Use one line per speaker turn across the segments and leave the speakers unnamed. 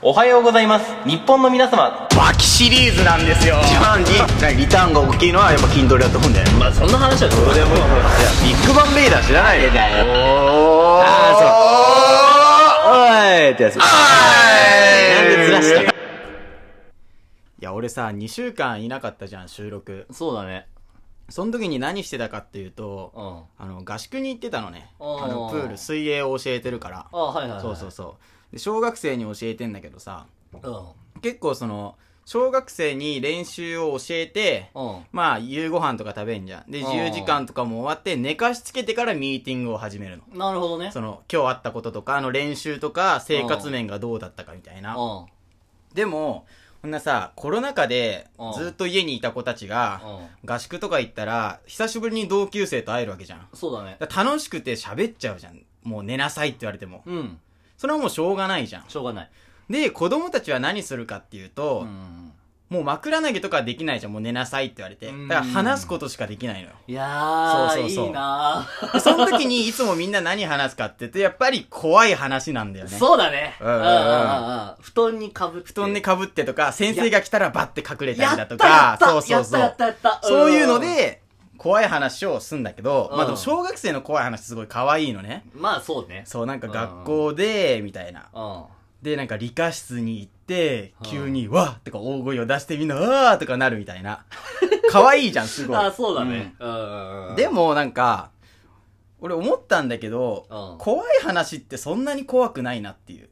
おはようございます日本の皆様
バキシリーズなんですよ
一番にリターンが大きいのはやっぱ筋トレだと思うんだよね
まあそんな話はどうでもいい
ビッグバンベイダー知らないよ
だよ
お
おーいってやつなんでずらした
いや俺さ2週間いなかったじゃん収録
そうだね
その時に何してたかっていうと
うんあ
あの合宿に行ってたのね
あー
あのプール水泳を教えてるから
あはいはい、はい、
そうそうそうで小学生に教えてんだけどさ
う
結構その小学生に練習を教えて
んうん
まあ夕ご飯とか食べんじゃんで
うん
自由時間とかも終わって寝かしつけてからミーティングを始めるの
なるほどね
その今日あったこととかあの練習とか生活面がどうだったかみたいな
う
でもこんなさコロナ禍で
うん
ずっと家にいた子たち
ん
が
うん
合宿とか行ったら久しぶりに同級生と会えるわけじゃん
そうだね
だから楽しくて喋っちゃうじゃんもう寝なさいって言われても
うん
それはもうしょうがないじゃん
しょうがない
で子供たちは何するかっていう
う
と、
ん
もう枕投げとかできないじゃんもう寝なさいって言われてだ
う
か
ん
ら話すことしかできないのよ
いやー
そうそうそう
いいな
でその時にいつもみんな何話すかって言うとやっぱり怖い話なんだよ
ー
ね
そうだね
うんうん
う
うん
んうん布団にかぶって
布団でかぶってとか先生が来たらバッて隠れた
や
り
ったや
だと
ったや
か
った
そうそうそ
やっ
う
たやったやった
そういうの
ん
で怖い話をすんだけど、
うん
まあでも小学生の怖い話すごい可愛いのね
まあそうね
そうなんか学校でみたいな
うん
でなんか理科室に行って
うん
急に「わっ!」とか大声を出してみんな「あー!」とかなるみたいな可愛いじゃんすごい
あそうだねうんうんう
うんんでもなんか俺思ったんだけど、
うん
怖い話ってそんなに怖くないなっていう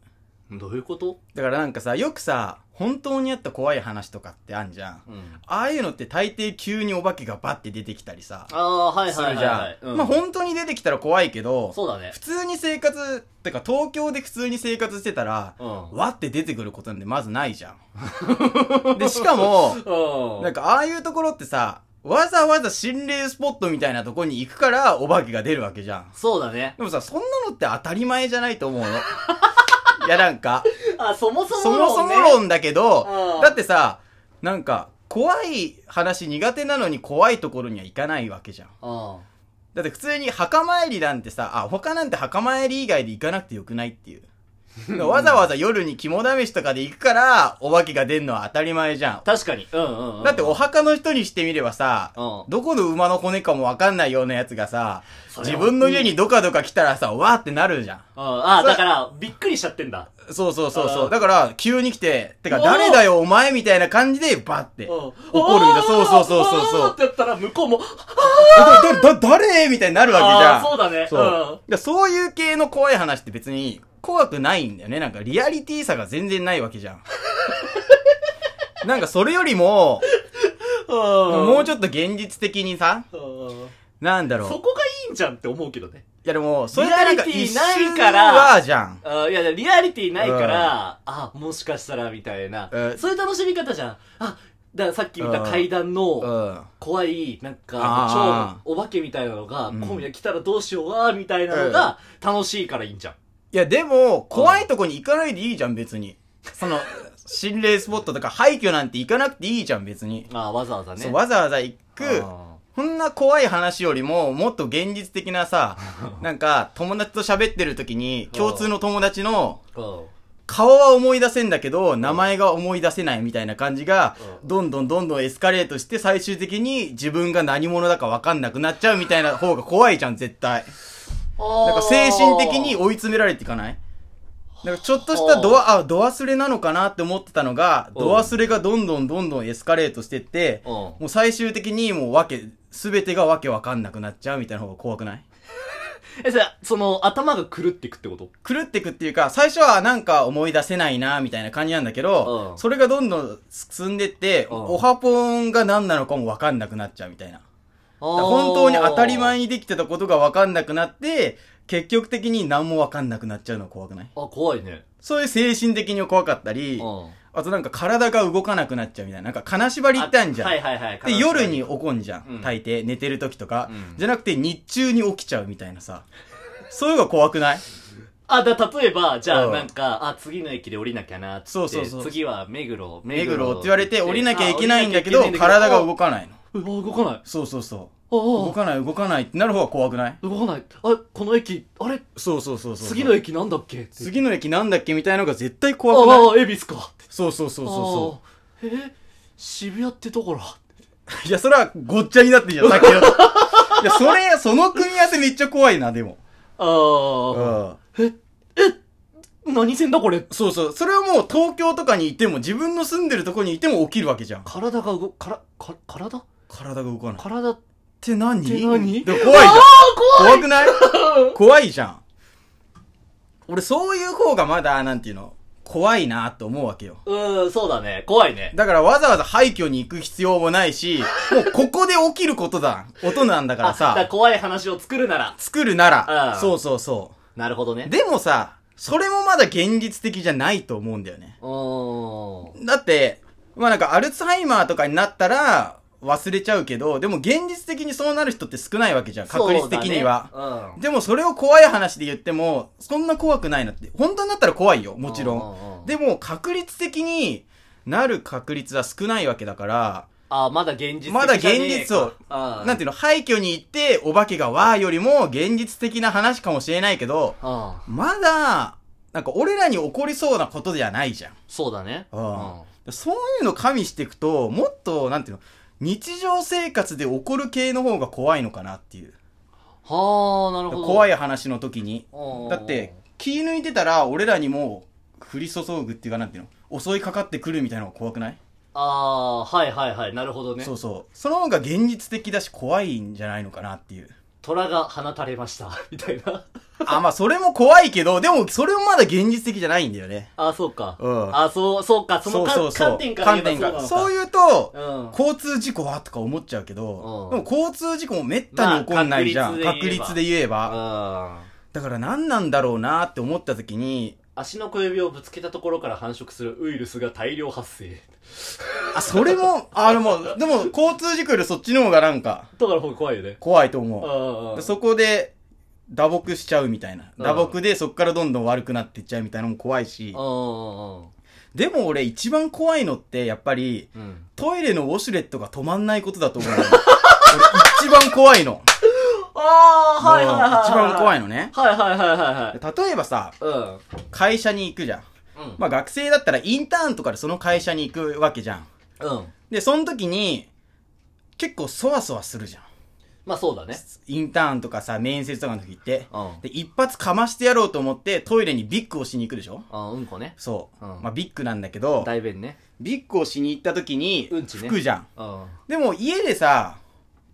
どういうこと
だからなんかさよくさ本当にあった怖い話とかってあんじゃん
うん
ああいうのって大抵急にお化けがバッて出てきたりさ、
ああはい
す
はい
る
は
じ
い
ゃん。
はいうん
まあ本当に出てきたら怖いけど、
そうだね
普通に生活、てか東京で普通に生活してたら、
うん
わって出てくることなんてまずないじゃ ん。で、しかも、
うん
なんかああいうところってさ、わざわざ心霊スポットみたいなとこに行くからお化けが出るわけじゃん。
そうだね
でもさ、そんなのって当たり前じゃないと思うの。いやなんか、
あそもそ
そ
も
もそも論だけど
うん、
だってさ、なんか、怖い話苦手なのに怖いところには行かないわけじゃん。
論
だって普通に墓参りなんてさ、あ、他なんて墓参り以外で行かなくてよくないっ ていう。わざわざ夜に肝試しとかで行くから、お化けが出んのは当たり前じゃん。
確かにうんうんうん
だってお墓の人にしてみればさ、
うん
どこの馬の骨かもわかんないようなやつがさ、
それは
自分の家にドカドカ来たらさ、わーってなるじゃん。
ああ
それ
だからびっくりしちゃってんだ
そうそうそう
う
そ
ん
う。だから、急に来て、てか、
おー
誰だよ、お前みたいな感じで、バって、怒るん
あー
だ。そうそうそうそうそ
あーっ
う。
てやったら向こうも
えだ、だ、だ、誰みたいになるわけじゃ
あ
ん。
ーそうだね
そう。だからそういう系の怖い話って別に怖くないんだよね。なんかリアリティさが全然ないわけじ ゃん。なんかそれよりも、も
も
うちょっと現実的にさ、
そ
なんだろう。い
こがいいんじゃんって思うけどね
やでも、それってなんか
リアリ
一
ティ
周
ないから
はじゃん。
あいや、リアリティないから、あ、もしかしたら、みたいな、
うん
そういう楽しみ方じゃん。あ、だからさっき見た
うん
階段
う
の
ん。
怖い、なんか
あ、
超お化けみたいなのが、
うん
今夜来たらどうしようわ、みたいなのが、楽しいからいいんじゃん。
いやでも、怖いとこに行かないでいいじゃん、別に。そ の、心霊スポットとか廃墟なんて行かなくていいじゃん、別に。
あわざわざね。
そうわざわざ行く、
あ
こんな怖い話よりも、もっと現実的 なさ、なんか、友達と喋ってる時に、共通の友達の、
ーうん
顔は思い出せんだけど、名前が思い出せないみたいな感じが、
うん
どんどんどんどんエスカレートして、最終的に自分が何者だかわかんなくなっちゃうみたいな方が怖いじゃん、絶対。なんか精神的に追い詰められていかないなんかちょっとしたドア、あ、ド忘れなのかなって思ってたのが、
うん
ド忘れがどんどんどんどんエスカレートしてって、
うん
もう最終的にもうわけ、すべてがわけわかんなくなっちゃうみたいな方が怖くない
え、それその、頭が狂っていくってこと
狂ってくっていうか、最初はなんか思い出せないな、みたいな感じなんだけど、
うん
それがどんどん進んでって、
うん
オハポンが何なのかもわかんなくなっちゃうみたいな。だから本当に当たり前
に。
にできてたことがわかんなくなって、結局的に何もわかんなくなっちゃうの怖くない
あ、怖いね。
そういう精神的に怖かったり、
うん。
あとなんか体が動かなくなっちゃうみたいな。なんか金縛りってあんじゃん。
あはいはいはい。
で、夜に起こんじゃん。
うん
大抵、寝てる時とか、
うん
じゃなくて日中に起きちゃうみたいなさ。そういうのが怖くない
あ、だ、例えば、じゃあ、
うん
なんか、あ、次の駅で降りなきゃな、つって。
そうそうそう
次は、目黒、
目黒って言われて降りなきゃいけないんだけ
あ
ど
降りなきゃいけないんだけど
体が動かないの
うわ、動かない。
そうそうそ動かない動かないってなる方が怖くない
動かない。あれ、この駅、あれ、
そうそうそうそう。
次の駅なんだっけって
次の駅なんだっけみたいなのが絶対
あ
怖くない
あ、恵比寿か。って
そうそうそうそうそう。
あーえー渋谷ってところ
いや、それはごっちゃになってんじゃん、酒を。いや、それ、その組み合わせめっちゃ怖いな、でも。う
ああ、
ん。
何線だこれ。
そうそう。それはもう東京とかにいても、自分の住んでるとこにいても起きるわけじゃん。
体が動、から、か、体
体が動かない。っ
体、
て何
って何
でも怖いじゃん。怖 くない
怖い
怖いじゃん。俺、そういう方がまだ、なんていうの、怖いなと思うわけよ。
うん、そうだね。怖いね。
だからわざわざ廃墟に行く必要もない し、もうここで起きることだ。音なんだから
あだから
さ、
怖い話を作るなら。
作るなら
う、ん
そうそうそう。
なるほどね。
でもさ、それもまだ現実的じゃないと思うんだよね。
うーん。
だって、まあなんかアルツハイマーとかになったら忘れちゃうけど、でも現実的にそうなる人って少ないわけじゃん、確率的には。
そうだね。うん。
でもそれを怖い話で言っても、そんな怖くないなって。本当になったら怖いよ、もちろ。
うんうんうんん
でも確率的になる確率は少ないわけだから、
あー、まだ現実的
まだ
じゃね
現
え
実を、
かうん。
なんていうの、廃墟に行ってお化けがわーよりも現実的な話かもしれないけど、
うん。
まだ、なんか俺らに起こりそうなことじゃないじゃん。
そうだね。
うんそういうの加味していくと、もっと、なんていうの、日常生活で起こる系の方が怖いのかなっていう。
はあ、なるほど。
怖
い。
い話の時に。だ
だ
って、、気抜いてたら俺らにも降り注ぐっていうかなんていうの、襲いかかってくるみたいなのが怖くない、
ああー、はいはいはい、なるほどね
そ。うそう。その方が現実的だし怖いんじゃないのかなっていう。
虎が放たれました、 みたいな。
あ、まあそれも怖いけど、でもそれもまだ現実的じゃないんだよね。
あー、そうか。
うん
あー、そう、そうか、そのか
そうそうそう
観点から言えば
観点から
そう
そう
いう。
いうと、
うん。
交通事故はとか思っちゃうけど、
うん
でも交通事故もめったに起こんないじゃん。
まあ
確
確
率
率
で
で
言えば。
あ
だから何なんだろうなって思った時に、
足の小指をぶつけたところから繁殖するウイルスが大量発生。
あ、そ れも、あでも、でも交通事故よりそっちの方がなんか
だから僕怖いよね。
怖いと
う
思
んうん
う。
う
で
ん。
そこで打撲しちゃうみたいな。
うん
打撲でそっからどんどん悪くなっていっちゃうみたいなのも怖いし
う。んうんうん
でも俺一番怖いのってやっぱり、
うん。
トイレのウォシュレットが止まんないことだ と思うの。俺一番怖いの。
ああ、はいはいはい。
一番怖
い。
いのね。
はいはいはいはいはい。
例えばさ、
うん。
会社に行くじゃん。
うん。
まあ学生だったらインターンとかでその会社に行くわけじゃん。
うん。
で、その時に、結構そわそわするじゃん。
まあそうだね。
インターンとかさ、面接とかの時って。
うん
で、一発かましてやろうと思ってトイレにビッグをしに行くでしょ
あーうんこね。
そう。
うん
まあビッグなんだけど、
大便ね。
ビッグをしに行った時に、
うんちね
服じゃん。
うん。
でも家でさ、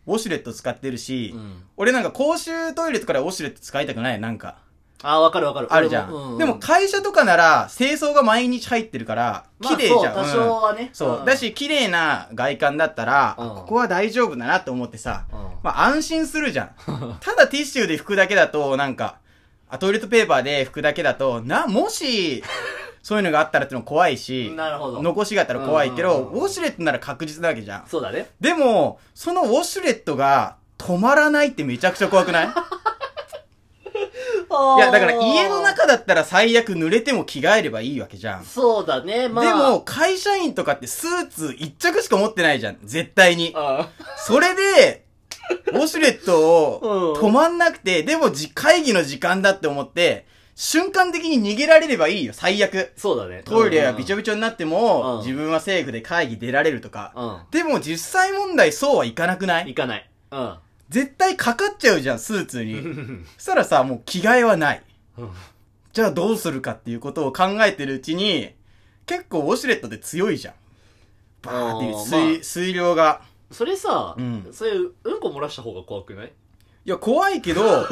ウォシュレット使ってるし、
うん
俺なんか公衆トイレとかでウォシュレット使いたくないなんか。
あー、わかるわかる。
あるじゃん。
俺うう
でも会社とかなら清掃が毎日入ってるから、綺麗じゃん。
まあ、そう、多
うん
少はね。
そう、
ん
だ、し綺麗な外観だったら、
うん
あここは大丈夫だなと思ってさ、
うん
まあ安心するじゃ んただティッシュで拭くだけだとなんかあトイレットペーパーで拭くだけだとなもしそういうのがあったらってのも怖いし
なるほど
残しがあったら怖いけ
う
ど、
んうんうん
ウォシュレットなら確実なわけじゃん
そうだね。
でもそのウォシュレットが止まらないってめちゃくちゃ怖 くないい
い
やだから家の。中だったら最悪濡れても着替えればいいわけじゃん
そうだね、まあ。
でも、、会社員とかってスーツ一着しか持ってないじゃん。絶対に。それで、ウォシュレットを
うん
止まんなくて、でもじ会議の時間だって思って、瞬間的に逃げられればいいよ、最悪。
そうだね。
トイレがびちょびちょになって
うん
も、自分はセーフで会議出られるとか。
うん。うん。
でも実際問題そうはいかなくない
行かない。うん。
絶対かかっちゃうじゃん、スーツに。 そしたらさ、もう着替えはない。
うん
じゃあどうするかっていうことを考えてるうちに、結構ウォシュレットって強いじゃん。バーっていう水,、
あーまあ
水量が。
それさ、
うん
それ、うんこ漏らした方が怖くない
いや、怖いけど、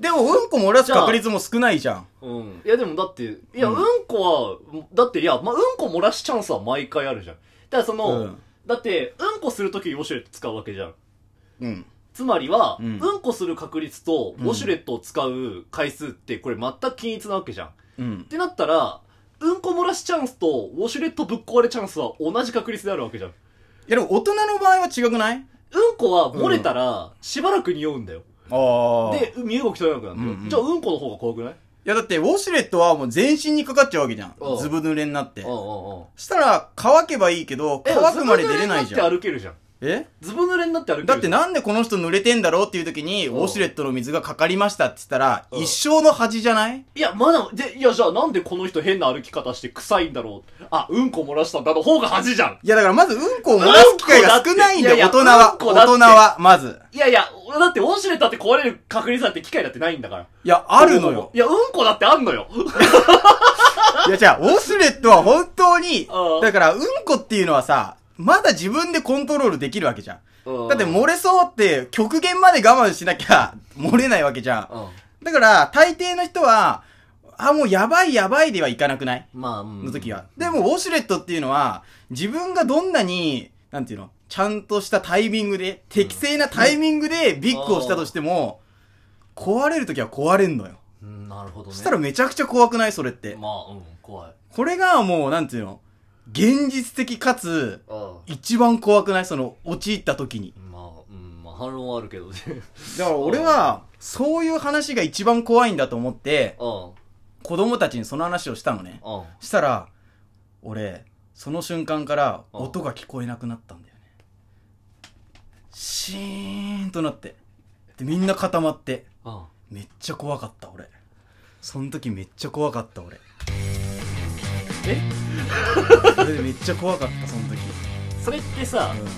でもうんこ漏らす確率も少ないじゃん。
うん。いや、でもだって、いや、
う
うんんこは、だって、いや、まあ、うんこ漏らすチャンスは毎回あるじゃん。ただその、
うん
だって、うんこするときにウォシュレット使うわけじゃん。
うん。
つまりは、
う
うんん、こする確率と、ウォシュレットを使う回数って、これ全く均一なわけじゃん。っ
うん。
てなったら、うんこ漏らしチャンスと、ウォシュレットぶっ壊れチャンスは同じ確率であるわけじゃん。
いや、でも大人の場合は違くない
うんこは漏れたら、しばらく匂うんだよ。
あ
で、
で、
身動き取れなくなるんだよ。
うんうん
じゃあ、うんこの方が怖くない
いやだってウォシュレットはもう全身にかかっちゃうわけじゃん
う。ん
ずぶ濡れになって
うんう。んうん。
したら乾けばいいけど、乾くまで出れないじゃ
えずぶ濡れになっ
ん。
て歩けるじゃん。
え
ずぶ濡れになって歩ける
だってなんでこの人濡れてんだろうっていう時に、ウ
ん
ォシュレットの水がかかりましたって言ったら、
うん
一生の恥じゃない
いやまだでいやじゃあなんでこの人変な歩き方して臭いんだろうあうんこ漏らしたんだの方が恥じゃん
いやだからまずうんこを漏らす機会が少ないんだよ、
うん
大
こ
人
だ
は
っ。ていやいやうんこだっ
大
て
人は、まず。
いやいやだってウォシュレットだって壊れる確率だって機会だってないんだから
いや、あるのよ。
いやうんこだってあんのよ
いや、じゃあ、ウォシュレットは本当に
う、ん
だから、うんこっていうのはさ、まだ自分でコントロールできるわけじゃん。
うん
だって漏れそうって、極限まで我慢しなきゃ、 漏れないわけじゃん。
うん
だから、大抵の人は、あ、もうやばいやばいではいかなくない
まあ、うん
の時は。でも、ウォシュレットっていうのは、自分がどんなに、なんていうのちゃんとしたタイミングで、適正なタイミングでビッグをしたとしても、壊れる時は壊れんのよ。
うんなるほどね
そしたらめちゃくちゃ怖くないそれって。
まあうん怖い
これがもう、なんていうの現実的かつ、
う
一番怖くないその、陥った時に。
んまあうんまあ反論はあるけ どね
だから俺は、そういう話が一番怖いんだと思って、
うん
子供たちにその話をしたのね。
うん
したら、俺、その瞬間から
うん
音が聞こえなくなったんだよね。シーンとなって。で、みんな固まって。
うん
めっちゃ怖かった、俺。その時めっちゃ怖かった、俺。
え
俺めっちゃ怖かった、その 時。
それってさ
うん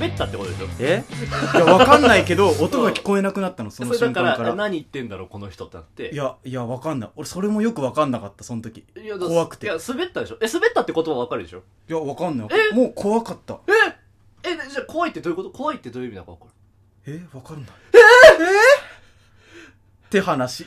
滑ったってことでしょ
え いや、わかんないけど、音が聞こえなくなったの、その
それ
瞬
だか
間
ら
から。
何言ってんだろうこの人ってなって
いや、いや、わかんない。俺、それもよくわかんなかった、その時。
いやだ
怖くて。い
いや滑ったでしょえ滑ったって言葉わかるでしょ
や、わかんない
え。
もう怖かった。
ええじゃあ怖いってどういうこと怖いってどういう意味だかわかる
えわかんない。ええって話。